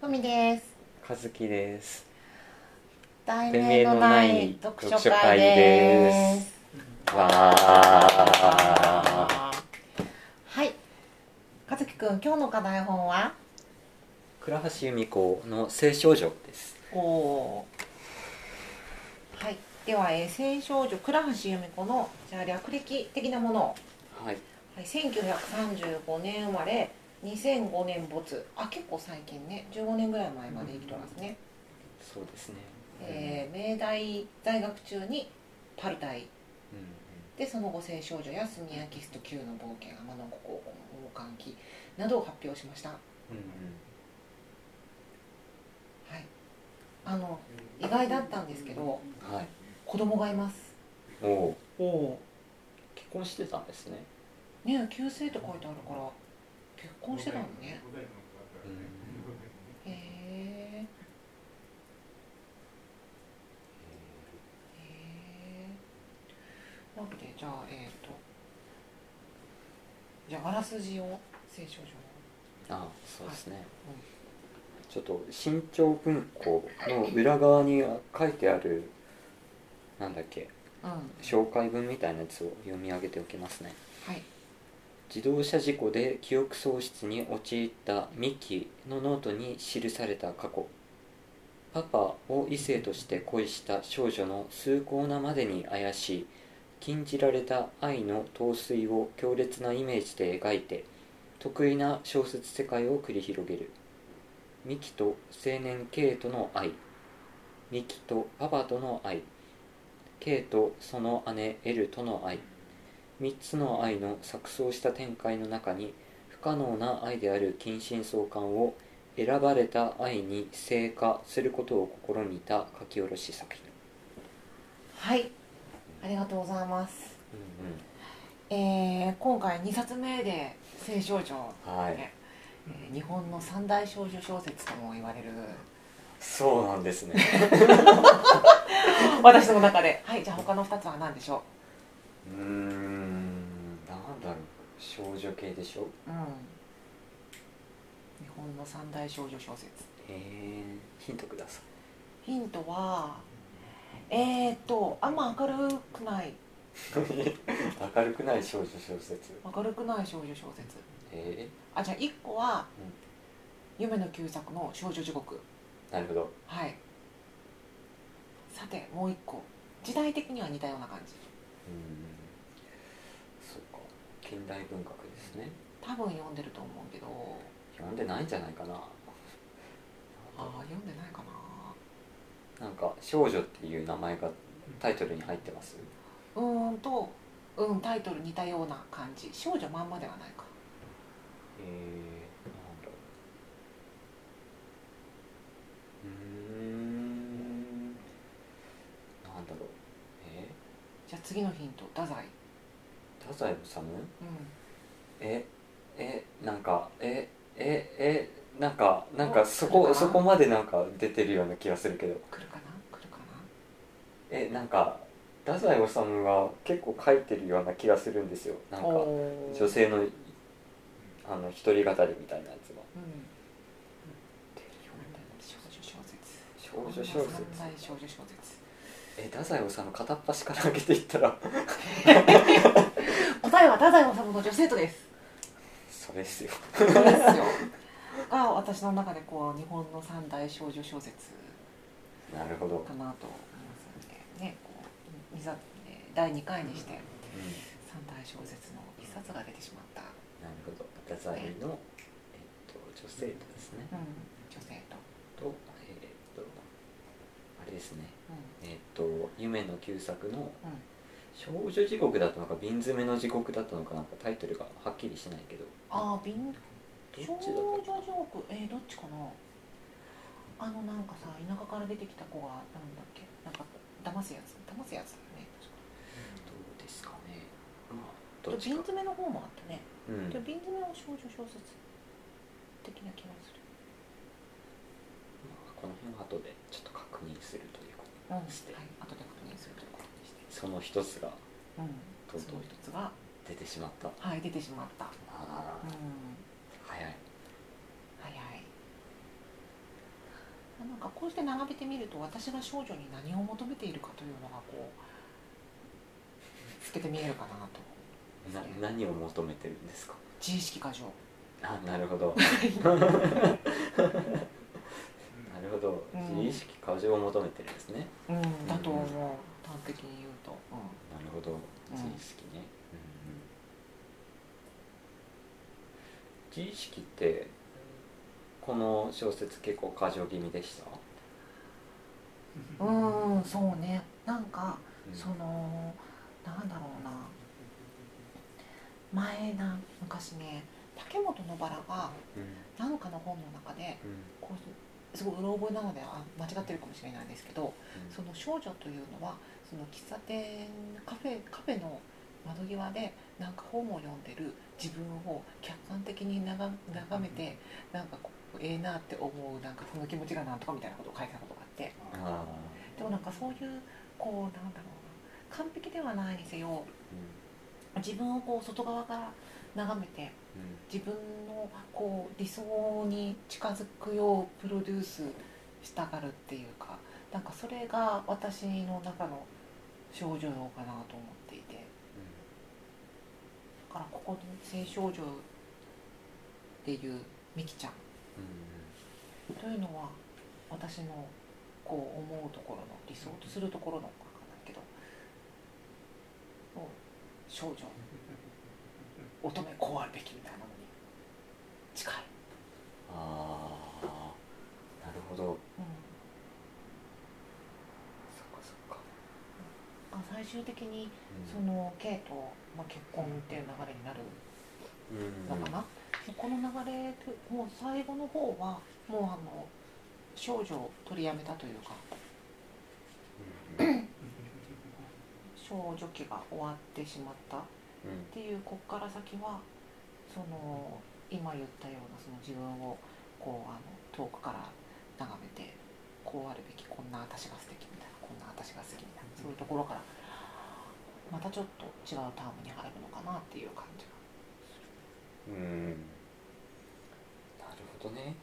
ふみです。和樹です題名のない読書会でです。わあはい。かずきくん、今日の課題本は倉橋由美子の聖少女ですおおー。はい。では、えー、青少女倉橋由美子の、じゃあ略歴的なものを。はいはい、1935年生まれ2005年没あ結構最近ね15年ぐらい前まで生きてますね、そうですねえー明大在学中にパリ大うんでその後青少女やスニアキスト Q の冒険天の子王冠記などを発表しましたはいうんうんあの意外だったんですけどうんはい子供がいますおおおお結婚してたんですねねえ旧姓って書いてあるから結婚してたのねへえへえなんでじゃあえっ、とじゃああらすじを聖書上あそうですねうんちょっと新潮文庫の裏側に書いてあるなんだっけうんは紹介文みたいなやつを読み上げておきますねい自動車事故で記憶喪失に陥ったミキのノートに記された過去パパを異性として恋した少女の崇高なまでに怪しい禁じられた愛の陶酔を強烈なイメージで描いて得意な小説世界を繰り広げるミキと青年 K との愛ミキとパパとの愛 K とその姉 L との愛3つの愛の錯綜した展開の中に不可能な愛である近親相関を選ばれた愛に成果することを試みた書き下ろし作品、はいありがとうございますえー、今回2冊目で聖少女、はいえー日本の三大少女小説とも言われるそうなんですね私の中ではいじゃあ他の2つは何でしょうーんなんだろう少女系でしょううん日本の三大少女小説 へえヒントくださヒントはえー、っとあんま明るくないい明るくない少女小説明るくない少女小説えあじゃあ1個はうん「夢の旧作の少女地獄ー、なるほど」はいさてもう1個時代的には似たような感じうんそうか近代文学ですね多分読んでると思うけど読んでないんじゃないかなああ読んでないかななんか少女っていう名前がタイトルに入ってますうーんとうんタイトル似たような感じ少女まんまではないかえー、なんだろううーんなんだろうえじゃあ次のヒント太宰ー、太宰治うんええなんかえええなんかなんおかそ来るかこなそこまでなんか出てるような気がするけど来るかな来るかなえなんか太宰治は結構書いてるような気がするんですよなんかおー女性のあの一人語りみたいなやつがうん少女小説少女小説三大少女小説え太宰治の片っ端から開けていったら答えは太宰治の女性とですそれですよそうですよが私の中でこう日本の三大少女小説なるほど、かなと思いますのでねこういざえー第2回にして三大小説の一冊が出てしまった、なるほど太宰の、えっと、女性とですねうん、女性と、とえっとあれですねうえっと夢の旧作のんうん、少女地獄だったのか瓶詰めの地獄だったのかなんかタイトルがはっきりしないけどああ瓶どっ少女ちだったかなジョークえー、どっちかなあのなんかさ田舎から出てきた子がなんだっけなんか騙すやつ騙すやつだよね確かどうですかねまあちょどっとっち瓶か詰めの方もあったね、うんちょっと瓶詰めの少女小説的な気がするまあこの辺は後でちょっと確認するということうんはいにして、後で確認するということにしてその一つがうんどうぞその一つが出てしまったはい出てしまったあうーん早い早いなんかこうして並べてみると私が少女に何を求めているかというのがこう透けて見えるかなとな何を求めてるんですか自意識過剰あなるほどなるほどうん自意識過剰を求めてるんですね、うんだと思う端的に言うと、なるほどうん自意識ね、うんうん自意識ってこの小説結構過剰気味でした、うん、うん、そうねなんかうんそのなんだろうな前な昔ね竹本のバラがうんなんかの本の中でうんこうすごいうろ覚えなのであ間違ってるかもしれないですけどうんその少女というのはその喫茶店カフェカフェの窓際でなんか本を読んでる自分を客観的に眺眺めてなんかこうええなって思うなんかその気持ちがなんとかみたいなことを書いたことがあってあでもなんかそういうこうなんだろうな完璧ではないにせよーう自分をこう外側から眺めてんうん自分のこう理想に近づくようプロデュースしたがるっていうかなんかそれが私の中の少女像かなと思っていてだからここに青少女っていうミキちゃんうというのは私のこう思うところの理想とするところのわかんないけどの少女乙女こうあるべきみたいなのに近い。んあーなるほどうんそっかそっかまあ最終的にうんその K と、まあ、結婚っていう流れになるうんのかな、この流れでもう最後の方はもうあの少女を取りやめたというかうんうん少女期が終わってしまったっうんていうこっから先はその今言ったようなその自分をこうあの遠くから眺めてこうあるべきこんな私が素敵みたいなこんな私が好きみたいなそういうところからまたちょっと違うタームに入るのかなっていう感じが。うんなるほどね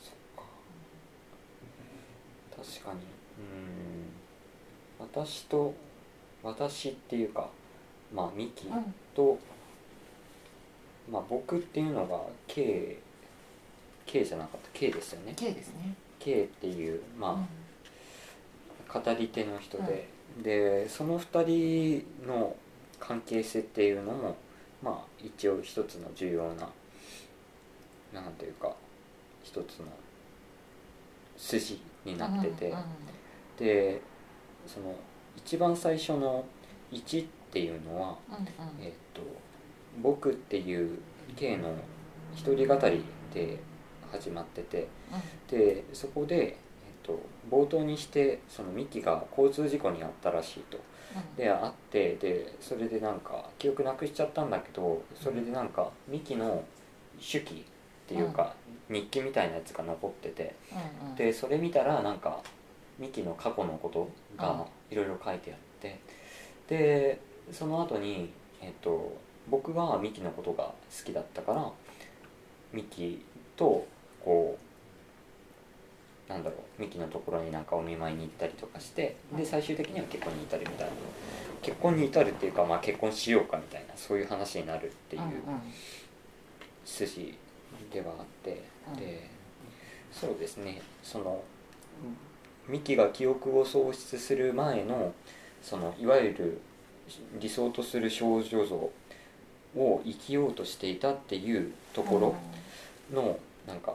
そっか確かにうん私と私っていうかまあミキうんと、まあ僕っていうのが K K じゃなかった K ですよね綺麗ですね。 K っていうまあ、語り手の人で、でその2人の関係性っていうのもまあ一応一つの重要ななんていうか一つの筋になってて、うんうんでその一番最初の「1」っていうのは、うんえっと「僕」っていう K の一人語りで始まってて、でそこで、えっと、冒頭にしてそのミキが交通事故に遭ったらしいとうんであってでそれでなんか記憶なくしちゃったんだけどそれでなんかミキの手記っていうか、日記みたいなやつが残っててうんうんでそれ見たらなんかミキの過去のことうんがいろいろ書いてあってでその後にえっと僕はミキのことが好きだったからミキとこうなんだろうミキのところになんかお見舞いに行ったりとかしてで最終的には結婚に至るみたいな結婚に至るっていうか、まあ、結婚しようかみたいなそういう話になるっていううんうん筋ではあってうんでそうですねそのミキが記憶を喪失する前のそのいわゆる理想とする少女像を生きようとしていたっていうところのなんか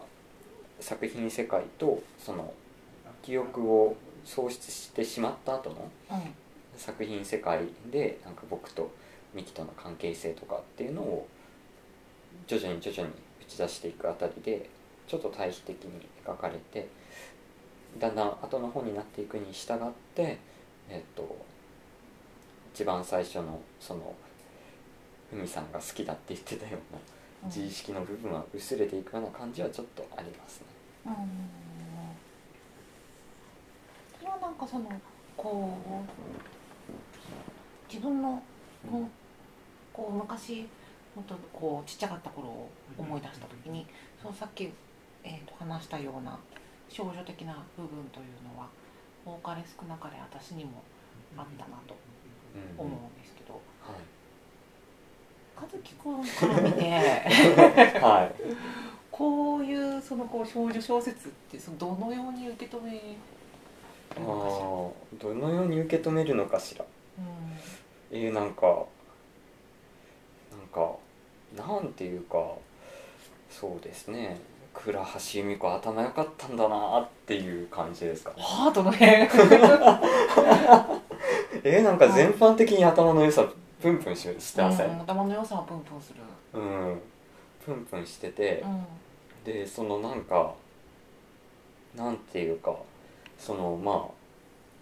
作品世界とその記憶を喪失してしまった後のうんうん作品世界でなんか僕とミキとの関係性とかっていうのを徐々に徐々に打ち出していくあたりでちょっと対比的に描かれてだんだん後の方になっていくに従って、えっと、一番最初のその海さんが好きだって言ってたような自意識の部分は薄れていくような感じはちょっとありますねうんそれはなんかそのこう自分のうもんこう昔もっとこうちっちゃかった頃を思い出した時にそのさっき、えー、と話したような少女的な部分というのは多かれ少なかれ私にもあったなとうん思うんですけどは和樹君から見て い、はいこういうそのこう少女小説ってそのどのように受け止めるのあかしらーどのように受け止めるのかしらうんえー、なんかなんかなんていうかそうですね倉橋由美子頭良かったんだなっていう感じですかねハートの辺えー、なんか全般的に頭の良さプンプンししてませうんん頭の良さはプンプンする、うん、プンプンしててう、んでそのなんかなんていうかそのまあ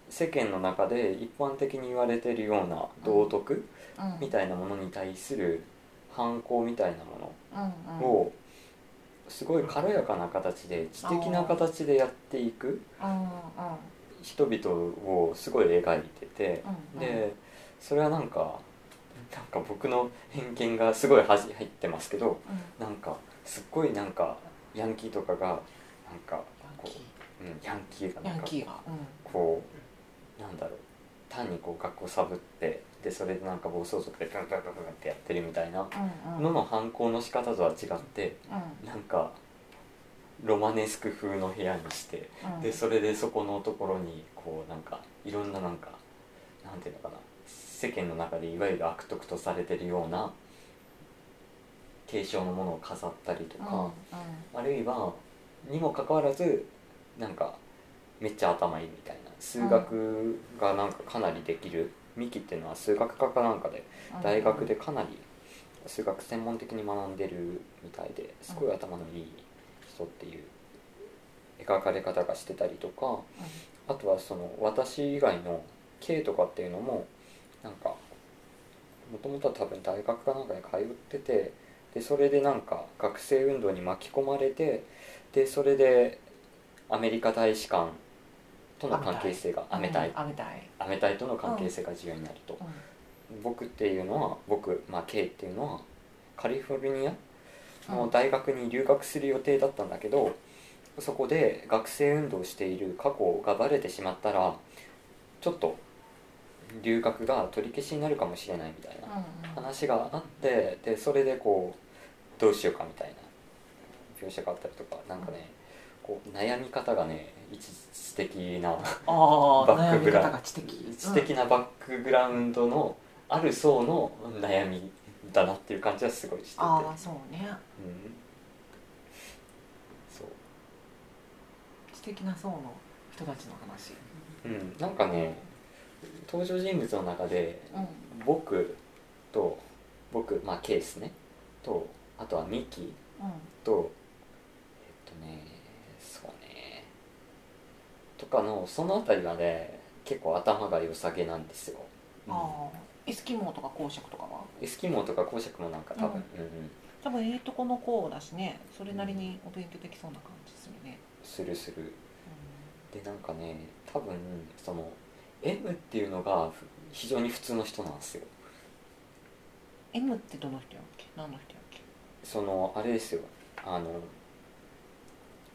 世間の中で一般的に言われてるような道徳うん、みたいなものに対する反抗みたいなものうんうんをすごい軽やかな形で知的な形でやっていくうんうん人々をすごい描いててうんでそれはなんかなんか僕の偏見がすごいはじ入ってますけどうんなんかすっごいなんかヤンキーとかがなんか、ヤンキうん、ヤンキーがーヤなんンかキーが、うんこうなんだろう単にこう学校サブってでそれでなんか暴走族でブンブンブンブンってやってるみたいなうんうんのの反抗の仕方とは違ってうなんかロマネスク風の部屋にしてんうんでそれでそこのところにこうなんかいろんななんかなんていうのかな世間の中でいわゆる悪徳とされてるような継承のものを飾ったりとうんか、あるいはにもかかわらずなんかめっちゃ頭いいみたいな数学がなんかかなりできる、ミキっていうのは数学科かなんかでうん大学でかなり数学専門的に学んでるみたいですごい頭のいい人っていう描かれ方がしてたりとかあとはその私以外の K とかっていうのもなんかもともとは多分大学かなんかに通っててでそれでなんか学生運動に巻き込まれてでそれでアメリカ大使館との関係性がアメ大うんアメたいアメ大との関係性が重要になると。僕っていうのは僕、まあ、K っていうのはカリフォルニアの大学に留学する予定だったんだけど、そこで学生運動をしている過去がバレてしまったらちょっと留学が取り消しになるかもしれないみたいな話があってでそれでこうどうしようかみたいな描写があったりとかなんかねこう悩み方がね一時的なああバッ悩クグみラウンド方が知的知的なバックグラウンドのある層の悩みだなっていう感じはすごいしてて、うんあ、あそうねそう、知的な層の人たちの話うん、なんかね登場人物の中でうん僕と僕まあケースねとあとはミキうとえっとねそうねとかのその辺りはね結構頭が良さげなんですよ、うんんああエスキモーとか公爵とかはエスキモーとか公爵もなんか多分、うんうん、多分ええとこの子だしねそれなりにお勉強できそうな感じするねするするでなんかね多分その M っていうのがふ非常に普通の人なんですよ M ってどの人やっけ何の人やっけそのあれですよあの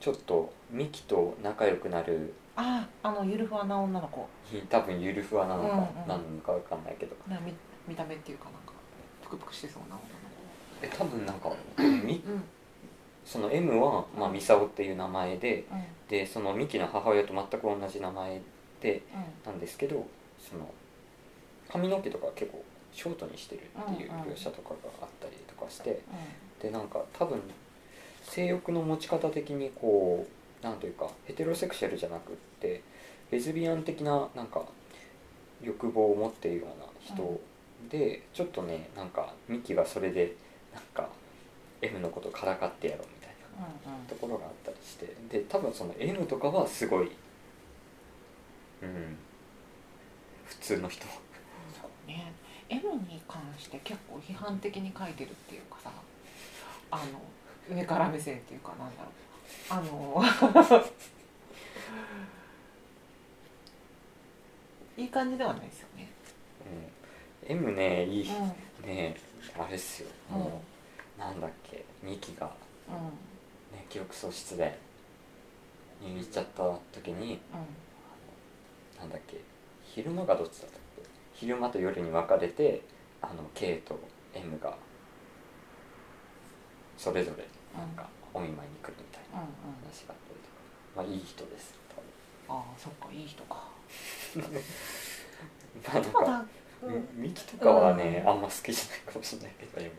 ちょっとミキと仲良くなるあああのゆるふわな女の子多分ゆるふわなのか、うんうんなのかわかんないけどな見見た目っていうかなんかぷくぷくしてそうな女のえ多分なんか み子うんその M は、まあ、ミサオっていう名前でうんでそのミキの母親と全く同じ名前でなんですけどその髪の毛とか結構ショートにしてるっていう描写とかがあったりとかして、でなんか多分性欲の持ち方的にこうなんというかヘテロセクシャルじゃなくってレズビアン的ななんか欲望を持っているような人で、ちょっとねなんかミキがそれでなんか M のことからかってやろうみたいなところがあったりしてで多分その M とかはすごいうん普通の人そうね M に関して結構批判的に書いてるっていうかさあの上から目線っていうかなんだろうあの いい感じではないですよね。うん、M ねいいねうんえあれっすよもう、なんだっけミキが、うんね、記憶喪失で入院しちゃった時にうなんだっけ昼間がどっちだったっけ昼間と夜に分かれてあの K と M がそれぞれなんかお見舞いに来るみたいなんうんうん話があったりとか、まあいい人です多分ああそっかいい人か。まあなんまかだうんうんミキとかはね、うんあんま好きじゃないかもしれないけど M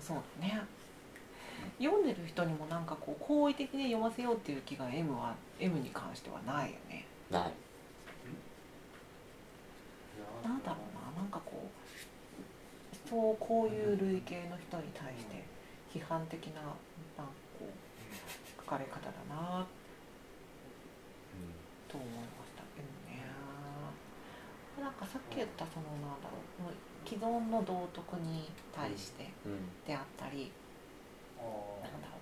そうだね。読んでる人にもなんかこう好意的に読ませようっていう気が M は M に関してはないよね。ないなんだろうななんかこうそうこういう類型の人に対して批判的ななんかこう書かれ方だなと思いましたけどねなんかさっき言ったそのなんだろうもう既存の道徳に対してうん、うんであったりなんだろ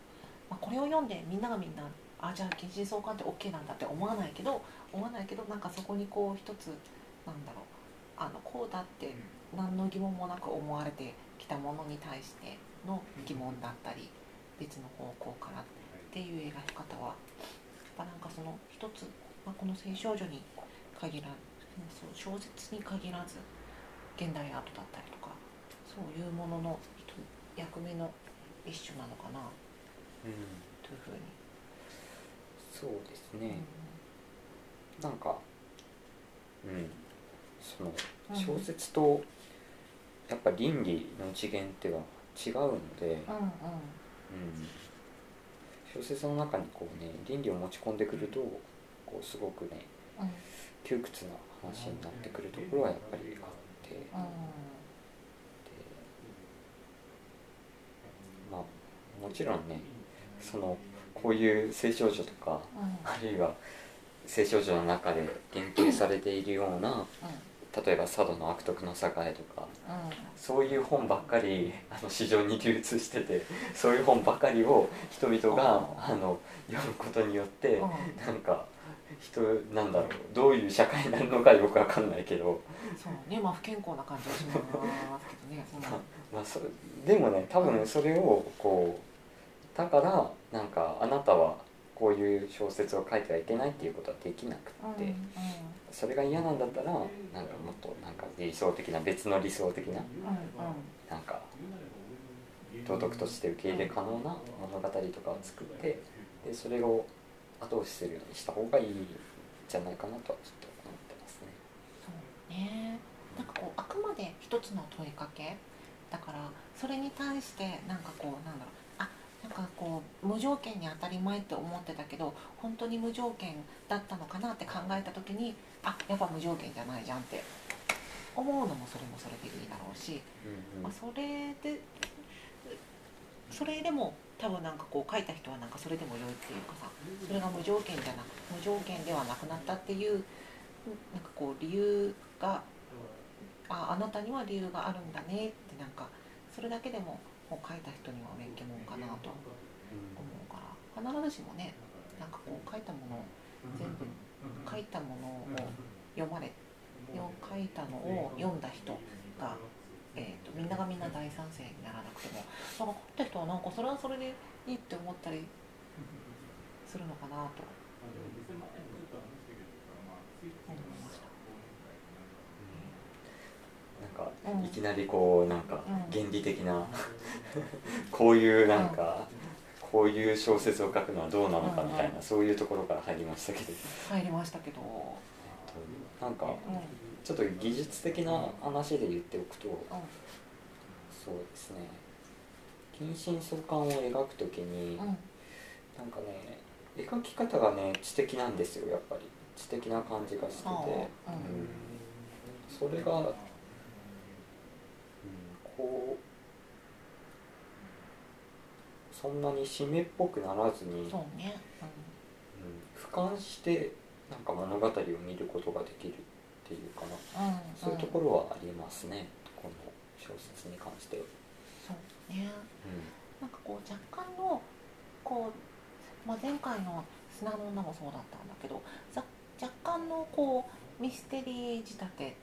う、まあ、これを読んでみんながみんなあじゃあ近親相関って OK なんだって思わないけど思わないけどなんかそこにこう一つなんだろうあのこうだって何の疑問もなく思われてきたものに対しての疑問だったり別の方向からっていう描き方はやっぱなんかその一つ、まあ、この青少女に限らそう小説に限らず現代アートだったりとかそういうものの一役目の一種なのかなうんというふうに。そうですね、なんかうんそのうん小説とやっぱ倫理の次元っては違うので、うんうんうん、小説の中にこうね倫理を持ち込んでくるとこうすごくねうん窮屈な話になってくるところはやっぱりあってでうまあもちろんねそのこういう青少女とかんうんあるいは青少女の中で言及されているような例えば佐渡の悪徳の栄とかうんそういう本ばっかりあの市場に流通しててそういう本ばかりを人々あがあの読むことによってうんなんか人なんだろうどういう社会になるのかよくわかんないけど、そうねまあ不健康な感じはしますけどね。うんまあ、そでもね多分それをこうだからなんかあなたはこういう小説を書いてはいけないっていうことはできなくって、うんそれが嫌なんだったらなんかもっとなんか理想的な別の理想的なうんうんなんか道徳として受け入れ可能な物語とかを作ってでそれを後押しするようにした方がいいんじゃないかなとはちょっと思ってますね。そうねなんかこうあくまで一つの問いかけだからそれに対してなんかこうなんだろうあなんかこう無条件に当たり前って思ってたけど本当に無条件だったのかなって考えた時にあやっぱ無条件じゃないじゃんって思うのもそれもそれでいいだろうし、まあ、それでそれでも多分なんかこう書いた人はなんかそれでも良いっていうかさそれが無条件じゃな無条件ではなくなったっていうなんかこう理由がああなたには理由があるんだねってなんかそれだけでももう書いた人には免許もんかなと思うから必ずしもねなんかこう書いたものを全部書いたものを読まれ、書いたのを読んだ人が、えー、とみんながみんな大賛成にならなくてもなんか書いた人はなんかそれはそれでいいって思ったりするのかなと思いました。うんうんなんかいきなりこうなんかうん原理的なこういうなんかこういう小説を書くのはどうなのかみたいなそういうところから入りましたけど入りましたけど、 なんかうんうんちょっと技術的な話で言っておくとそうですね近親相関を描くときにうんなんかね描き方がね知的なんですよやっぱり知的な感じがしてて、ああうんうんそれが、うん、こうそんなに締めっぽくならずに、うん、そうね、俯瞰してなんか物語を見ることができるっていうかなうんうん、そういうところはありますね、この小説に関しては。そうねうなんかこう若干のこう、まあ、前回の「砂の女」もそうだったんだけどざ若干のこうミステリー仕立てってい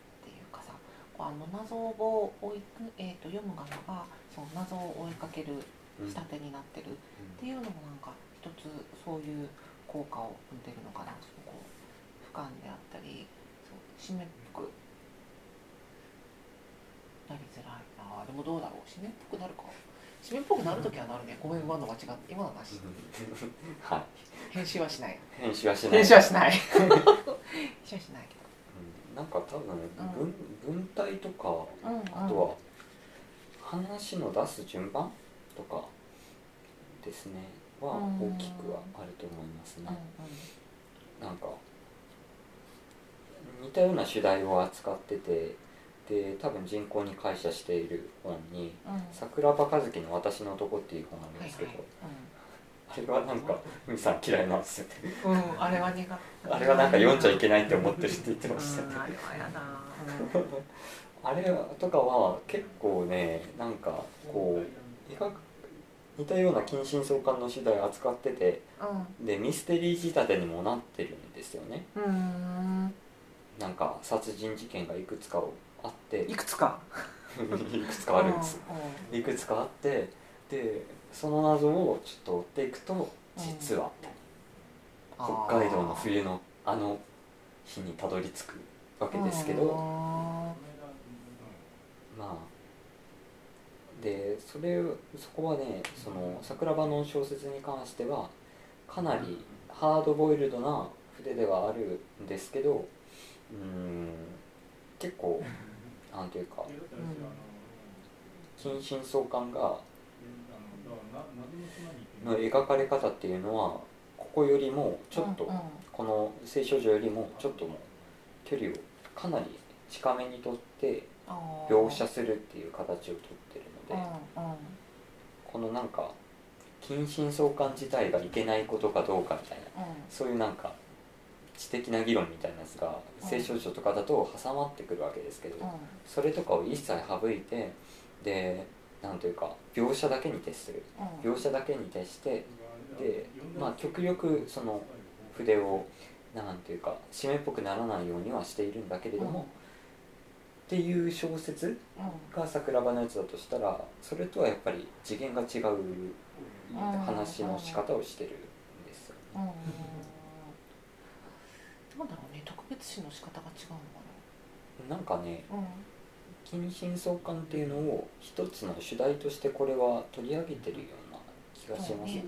うかさこうあの謎を追いく、えー、と読む側がその謎を追いかけるうん仕立てになってるっていうのもなんか一つそういう効果を生んでるのかなそのこう俯瞰であったりそう湿っぽくなりづらいあーでもどうだろう湿っぽくなるか湿っぽくなるときはなるねごめん今の間違って今のはなし はい編集はしない編集はしない編集はしない編集はしないけうんなんか多分文,、文体とかど、うんうん、あとは話の出す順番とかですねはうん大きくはあると思いますねうんうん、なんか似たような主題を扱っててで多分人口に感謝している本に「うん桜庭和樹の私の男」っていう本あるんですけど、あれはなんか海さん嫌いなんですよねはいはいうん、うん、あれは苦あれはなんか読んじゃいけけないって思ってるって言ってましたねうん、あれはやだ、うんあれとかは結構ねなんかこう医学似たような近親相関の主題扱っててでミステリー仕立てにもなってるんですよねうん、うーんなんか殺人事件がいくつかあっていくつか いくつかあるんですういくつかあってでその謎をちょっと追っていくと実はうん北海道の冬のあの日にたどり着くわけですけど、うんまあでそれそこはねその桜庭の小説に関してはかなりハードボイルドな筆ではあるんですけどうーん結構 なんていうか近親相関がの描かれ方っていうのはここよりもちょっと、うんうんこの「青少女」よりもちょっともう距離をかなり近めにとってあー描写するっていう形をとってるので。うんうんこのなんか近親相関自体がいけないことかどうかみたいなそういうなんか知的な議論みたいなやつがうん青少女とかだと挟まってくるわけですけど、うんそれとかを一切省いてでなんというか描写だけに徹するうん描写だけに徹してででままああ極極力力そそのの筆筆をなんというか締めっぽくならないようにはしているんだけれども、っていう小説うが桜庭のやつだとしたらそれとはやっぱり次元が違う話の仕方をしてるんですよ、んうんなんだろうね特別視の仕方が違うのかなんかねなうん近親相関っていうのを一つの主題としてこれは取り上げてるような気がしますね、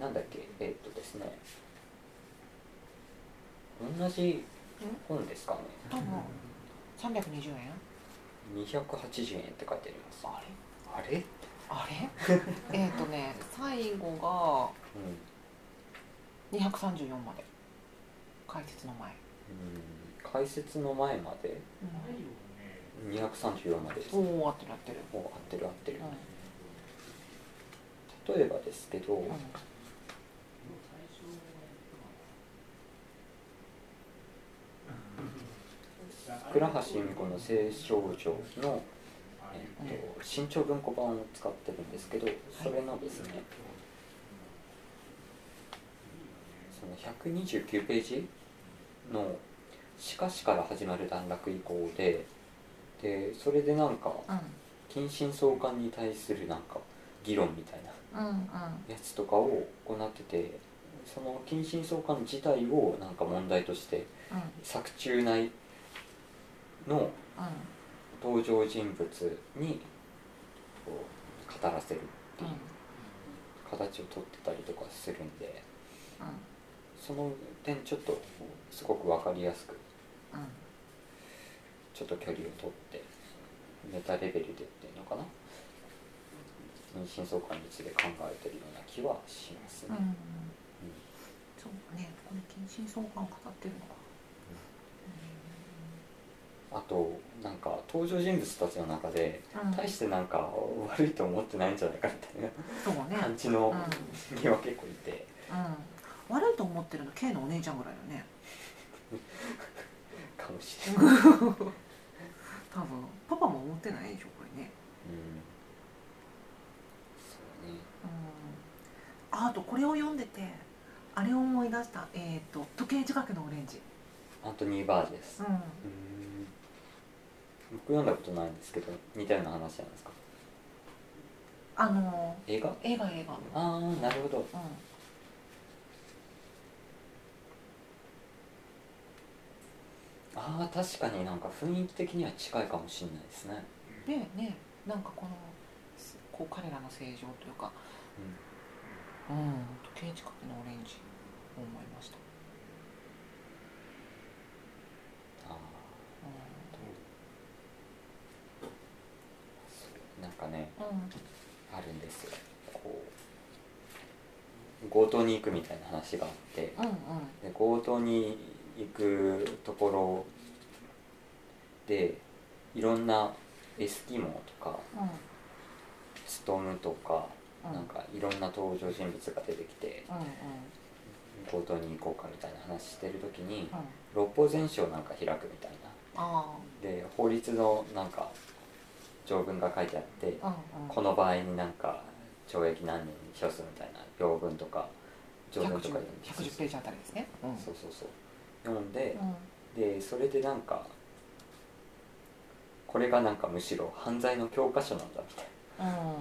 なんだっけえっとですね同じ本ですかね多分320円280円って書いてありますあれあれ、うん、あれ えっとね最後が234まで解説の前うん解説の前までうん234までです、もうおお合ってる合ってる合ってる合ってるうん、例えばですけど、うん倉橋由美子の「青少女の」えっと新潮文庫版を使ってるんですけどそれのですねその129ページの「しかし」から始まる段落以降ででそれでなんかう近親相関に対するなんか議論みたいなんうんうんやつとかを行っててその近親相関自体をなんか問題としてうん作中内のう登場人物にこう語らせるっていうん形をとってたりとかするんでうんその点ちょっとすごく分かりやすくうんちょっと距離をとってネタレベルでっていうのかな近親相関について考えてるような気はしますねう、んそうだねこれ近親相関語ってるのかあとなんか登場人物たちの中でうん大してなんか悪いと思ってないんじゃないかみたいそうねな感じうんのうん人間は結構いて悪いと思ってるの K のお姉ちゃんぐらいよねかもしれ ない、うん、多分パパも思ってないでしょこれねああとこれを読んでてあれを思い出したえっ、と時計近くのオレンジアントニー・バージェスううんーん僕読んだことないんですけど似たような話じゃないですかあの映画映画映画ああなるほどうんああ確かになんか雰囲気的には近いかもしれないですね、ねえねえなんかこのすこう彼らの正常というか、うん、時計近くのオレンジを思いました、うん、ああなんかねうんうん、あるんですよこう強盗に行くみたいな話があってうんうんで強盗に行くところでいろんなエスキモーとかうんストームとかうんなんかいろんな登場人物が出てきてうんうん強盗に行こうかみたいな話してる時にうん六法全書なんか開くみたいなあで法律のなんか条文が書いてあってあうんうんこの場合になんか懲役何年に処すみたいな条文とか条文とか読んで110ページあたりですねうんそうそうそう読んでうんでそれでなんかこれがなんかむしろ犯罪の教科書なんだみたいなうんうんうんうん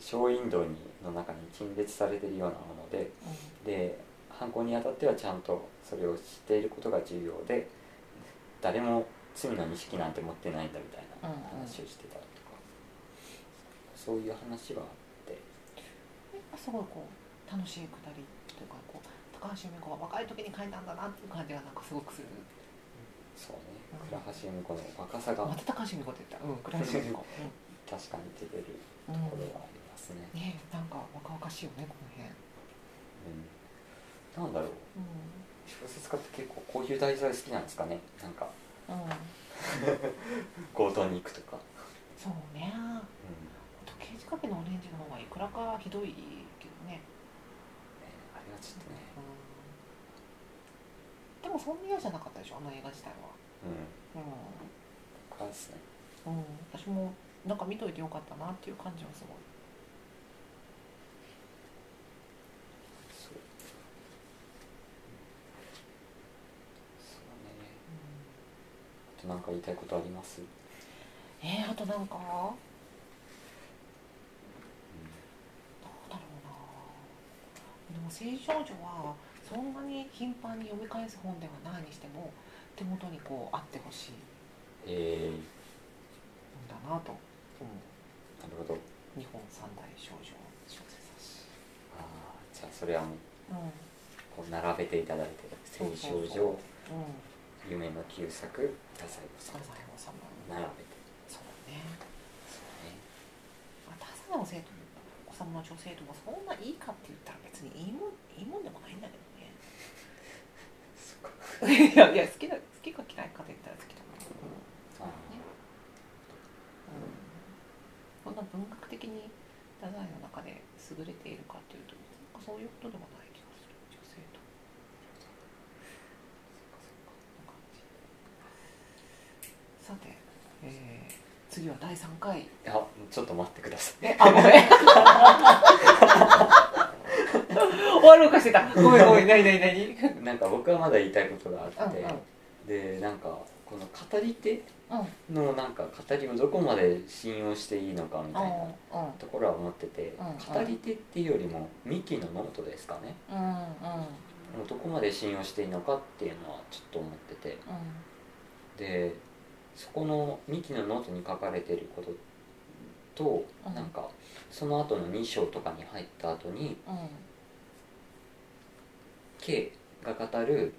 小インドにの中に陳列されているようなものでで犯行にあたってはちゃんとそれを知っていることが重要で誰も罪の認識なんて持ってないんだみたいなうんうん話をしてたりとか、そういう話はあってなんかすごいこう楽しいくだりというかこう高橋由美子は若い時に書いたんだなっていう感じがなんかすごくするそううんね倉橋由美子の若さがまた高橋由美子って言ったうん倉橋由美 子、確かに出てるうとんころはありますね、うん、ねえなんか若々しいよねこの辺うん、なんだろう小説家って結構こういう題材好きなんですかねなんかうん、うん、強盗に行くとか、そうねうん時計仕掛けのオレンジの方がいくらかひどいけどね、ねあれはちょっとねうん、でもそんな嫌じゃなかったでしょあの映画自体はうんうん僕はですねうん、私もなんか見といてよかったなっていう感じはすごい。そうそうねあと何か言いたいことあります、うん、えー、あとなんかどうだろうなでも「青少女」はそんなに頻繁に読み返す本ではないにしても手元にこうあってほしいんえー、だなと、なるほど日本三大少女小説だし、あーじゃあそれはもううんこう並べていただいて「そうそう青そう少うん、女夢の旧作太宰サ」治ザエもさんも並べてそうだねそうねまあ太宰の生徒もさんの女性ともそんないいかって言ったら別にいいもんいいもんでもないんだけどねそっかいやいや好きだ好きか嫌いかと言ったら好きだけど、あうん、そんな文学的に太宰の中で優れているかというとなんかそういうことでもない気がする女性との感じさて、えー次は第3回ーあちょっと待ってください えあごめん終わろうかしてたごめんごめん何何何なんか僕はまだ言いたいことがあって、うんでなんかこの語り手うんうんのなんか語りをどこまで信用していいのかみたいなうんところは思ってて、うんうん語り手っていうよりもミキのノートですかねうんもうどこまで信用していいのかっていうのはちょっと思っててうんでそこのミキのノートに書かれてることと、うんなんかその後の2章とかに入った後にうん K が語る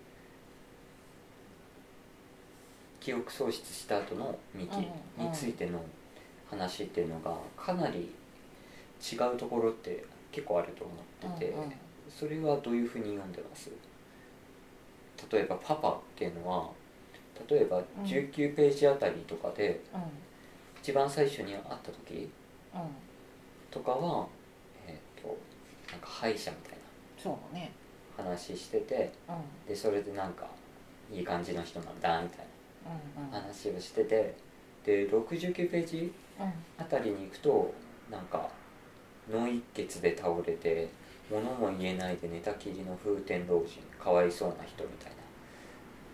記憶喪失した後のミキについての話っていうのがかなり違うところって結構あると思っててうんうんそれはどういうふうに読んでます例えば「パパ」っていうのは例えばん19ページあたりとかでうん一番最初に会った時うん、とかはえっとなんか歯医者みたいなそうね。話しててうん、うん、でそれでなんかいい感じの人なんだみたいうん、な話をしててで69ページうん、あたりに行くとなんか脳一血で倒れて物も言えないで寝たきりの風天老人かわいそうな人みたい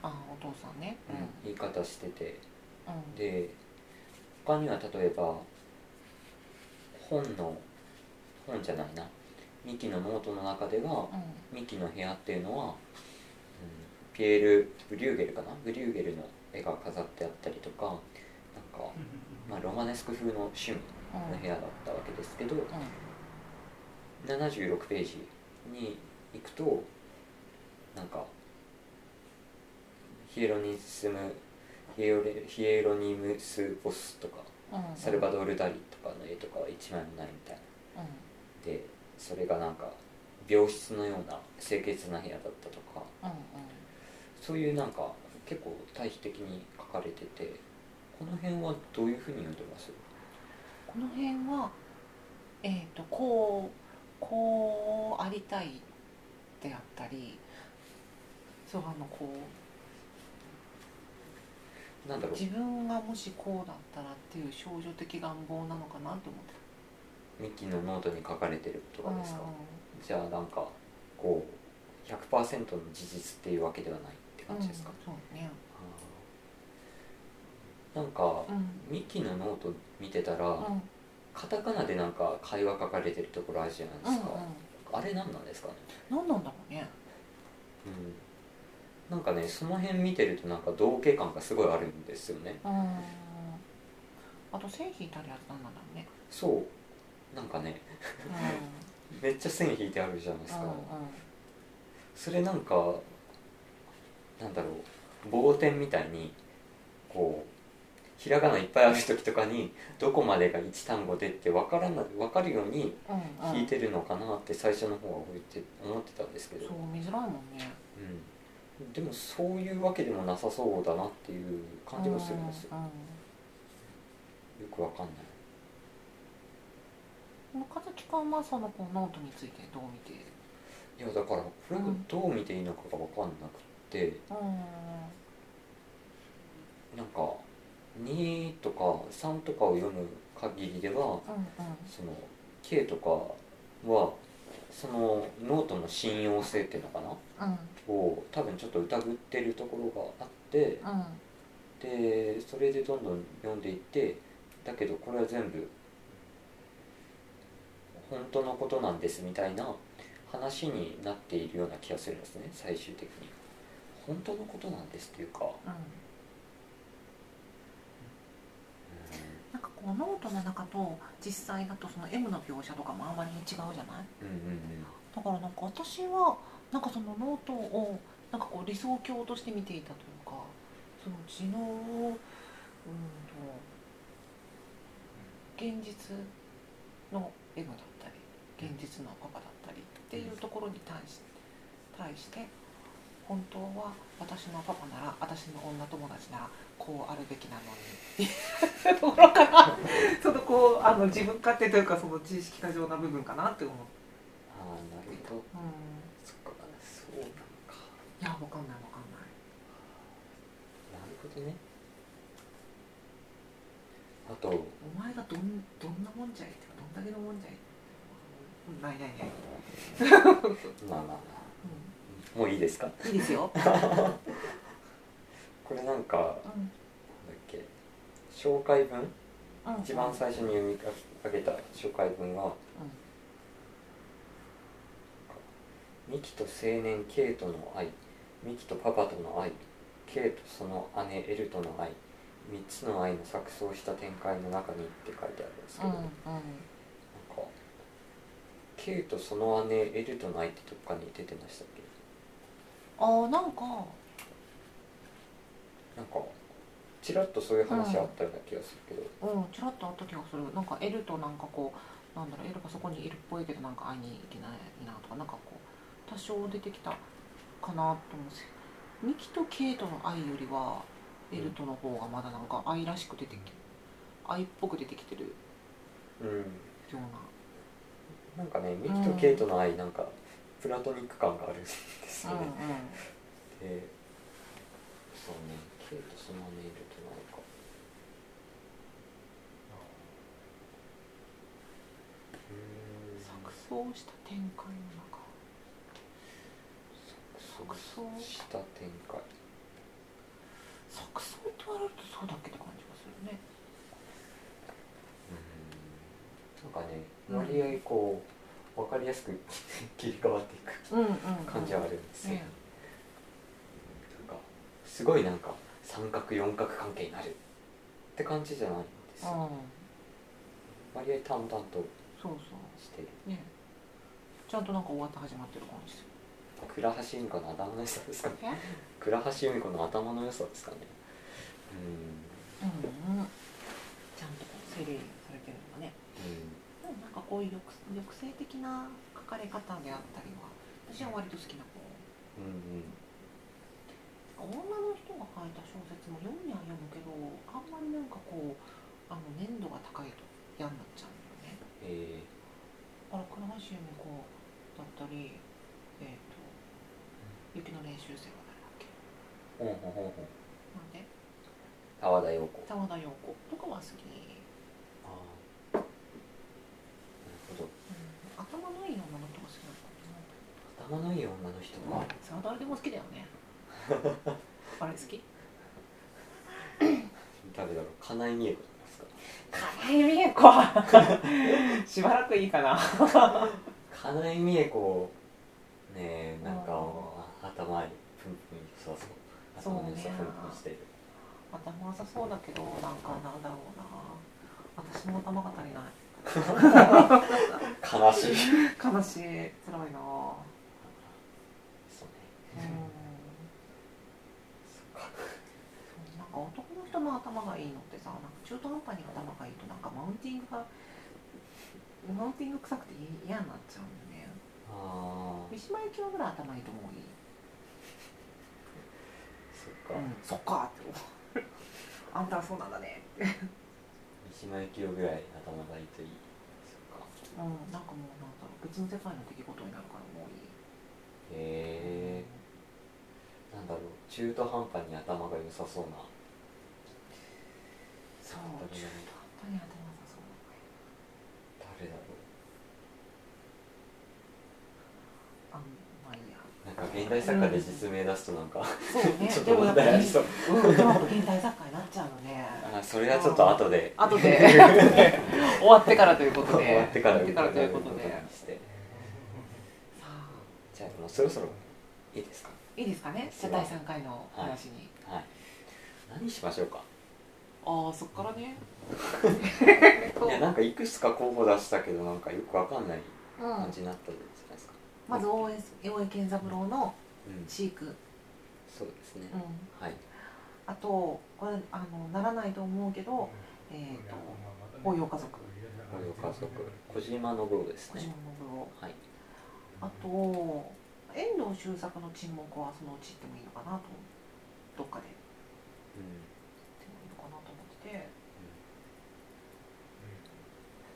あお父さんねうな、ん言い方しててうんで他には例えば本の本じゃないなミキのノートの中ではうんミキの部屋っていうのは、うんピエール・ブリューゲルかなブリューゲルの絵が飾ってあったりとかなんか、まあ、ロマネスク風の趣味うんの部屋だったわけですけどうん76ページに行くとなんかヒエロニスムヒエロレヒエロニムス・ボスとかうんサルバドール・ダリとかの絵とかは一枚もないみたいなうんでそれがなんか病室のような清潔な部屋だったとかうんそういうなんか結構対比的に書かれててこの辺はどういうふうに読んでますこの辺はえっ、とこうこうありたいであったりそうあのこうなんだろう自分がもしこうだったらっていう少女的願望なのかなと思ってミッキーのノートに書かれてることたがですかじゃあなんかこう100%の事実っていうわけではないって感じですか、うん、そうねあーなんかうんミッキーのノート見てたら、うんうんカタカナでなんか会話書かれてるところあるじゃないですか、うんあれ何なんですかね何なんだろうねうん、なんかねその辺見てるとなんか同系感がすごいあるんですよねうんあと線引いたりは何なんだろうねそうなんかねうんめっちゃ線引いてあるじゃないですか、うんそれなんかなんだろう棒点みたいにこうひらがないっぱいある時とかにどこまでが1単語でって分からない分かるようにうんうん引いてるのかなって最初の方は思って思ってたんですけど、そう見づらいもんねうん、でもそういうわけでもなさそうだなっていう感じもするんですようんうんよくわかんない中崎君はそのこうノートについてどう見ているいやだからこれをどう見ていいのかが分かんなくって、うんなんか2とか3とかを読む限りではうんその K とかはそのノートの信用性っていうのかなうんを多分ちょっと疑ってるところがあってうんでそれでどんどん読んでいってだけどこれは全部本当のことなんですみたいな話になっているような気がするんですね最終的に本当のことなんですっていうか、うんなんかこうノートの中と実際だとその M の描写とかもあんまり違うじゃないうん、うんうんだからなんか私はなんかそのノートをなんかこう理想郷として見ていたというかその知能をうんと現実の M だったり現実のパパだったりっていうところに対し対して本当は私のパパなら私の女友達ならこうあるべきなのにっていうところかなちょっとこうあの自分勝手というかその知識過剰な部分かなって思う。ああなるほどうんそっかそうなんかいやわかんないわかんないなるほどねあとお前がどんどんなもんじゃいってかどんだけのもんじゃいうんないないない、まあまあまあもういいですかうん、いいです よ、これなんかなんだっうんけ紹介文うん、一番最初に読み上げた紹介文はうミキと青年ケイとの愛ミキとパパとの愛ケイとその姉エルとの愛3つの愛の錯綜した展開の中にって書いてあるんですけんど、うんなんかケイとその姉エルとの愛ってどっかに出てましたっけうんあーなんかなんかちらっとそういう話あったような気がするけど、うんちらっとあった気がするなんかエルとなんかこうなんだろうエルがそこにいるっぽいけどなんか会いに行けないなとかなんかこう多少出てきたかなと思うんですよミキとケイとの愛よりはエルとの方がまだなんか愛らしく出てき愛っぽく出てきてるようん、うななんかねミキとケイトの愛なんかプラトニック感があるんですよね、でそうねケイとそのネイルとなんかうーん錯綜した展開の中即走した展開即走って言われるとそうだっけって感じがするねなんかね割合こう分かりやすく 切り替わっていくうんうん、感じはあるんですよ、うんなんかすごいなんか三角四角関係になるって感じじゃないんですよ、割合淡々とそうそしてうねちゃんとなんか終わって始まってる感じする倉橋由美子の頭の良さですかね え倉橋由美子の頭の良さですかねううんうんちゃんとこう整理されてるのがねんうんでもなんかこういう抑抑制的な書かれ方であったりは私は割と好きな方うんうん女の人が書いた小説も読みは読むけどあんまりなんかこうあの粘度が高いと嫌になっちゃうんだよねえだから倉橋由美子だったりえっ、と雪の練習生は誰だっけー、ほんほんほんほんなんで沢田陽子沢田陽子とかは好き、ああなるほど頭のいい女の人が好きなのかな頭のいい女の人は、それは誰でも好きだよ ねあれ好き誰だろう金井美恵子じゃないですか金井美恵子 しばらくいいかな金井美恵子ねえなんかう頭いいプンプン良さそう頭の良さそうねプンプンしてる頭良さそうだけどなんかなんだろうな私の頭が足りない悲悲ししいい辛いなそうう んねそうなんか男の人の頭がいいのってさなんか中途半端に頭がいいとなんかマウンティングがマウンティング臭くて嫌になっちゃうんだよねああ三島由紀夫ぐらい頭いいと思ういいそっうか、ん、そっかって思うあんたはそうなんだね三島由紀夫ぐらい頭がいいといいそっかうんなんかもうなんだろう別の世界の出来事になるからもういいへえなんだろう中途半端に頭が良さそうなそう本当に中ね途半端に頭さそうなのがいい誰だろあんまあいいやうなんか現代作家で実名出すとなんか、そう ねちょっでともや問っぱ題ありりそううんでもやっぱ現代作家になっちゃうのねあそれはちょっと後で後で後 で終わってからということで終わってから終わってからということで伺さにしてあじゃあもうそろそろいいですかいいですかねじゃあ第3回の話に、はい何しましょうかああそっから ねいやなんかいくつか候補出したけどなんかよくわかんないうん感じになったじゃないですかまず大江大江健三郎のうん飼育、うん、そうですね、はいあとこれあのならないと思うけどえっ、と応用家族ご用家族小島信夫です小島ね信夫はいあと遠藤周作の沈黙はそのうち行ってもいいのかなとどっかで行うってもいいのかなと思ってて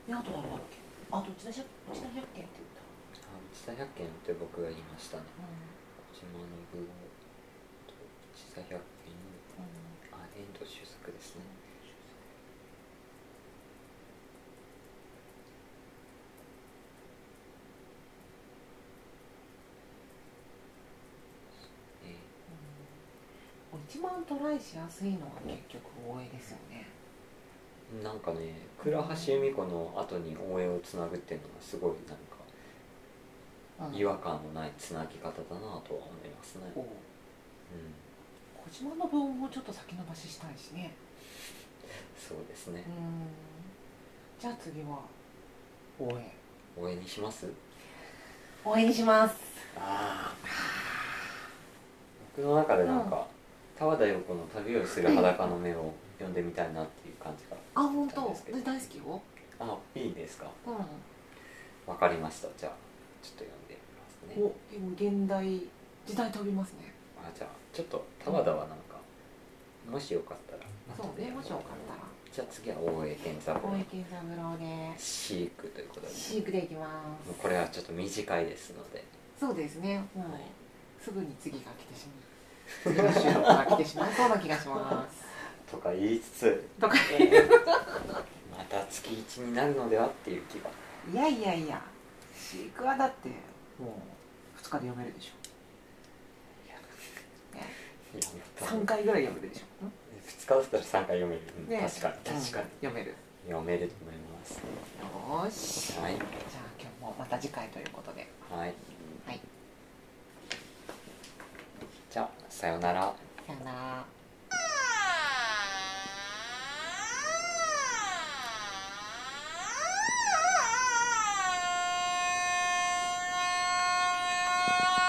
であと誰だっけあと内田百内田百景って言った、んあ内田百軒って僕が言いましたねう小島信夫と内田百軒んあ遠藤周作ですねえーうん、一番トライしやすいのは結局大江ですよねなんかね倉橋由美子の後に応援をつなぐっていうのがすごいなんか違和感のないつなぎ方だなとは思いますね、うおんう、小島信夫もちょっと先延ばししたいしねそうですねうーんじゃあ次は応援応援にします応援にしますああ僕の中でなんか田和田陽子の旅をする裸の目を読んでみたいなっていう感じがあ本そう当ですけど私大好きよあいいですかうんわかりましたじゃあちょっと読んでみますねおでも現代時代飛びますねあじゃあちょっと田和田はなんかもしよかったらそうねもしよかったらじゃあ次は大江健三郎大江健三郎で飼育ということで飼育でいきまもうすこれはちょっと短いですのでそうですねもうはいすぐに次が来てしまう次の収録が来てしまいそうな気がしますとか言いつつとか また月1になるのではっていう気がいやいやいや飼育はだってもう2日で読めるでしょ3回ぐらい読めるでしょ、うん2日だったら3回読める、うんね確かに確かうに、ん読めるよ読めると思いまーしすじゃあはい今日もまた次回ということではいはいじゃあさようならさよなら Ah!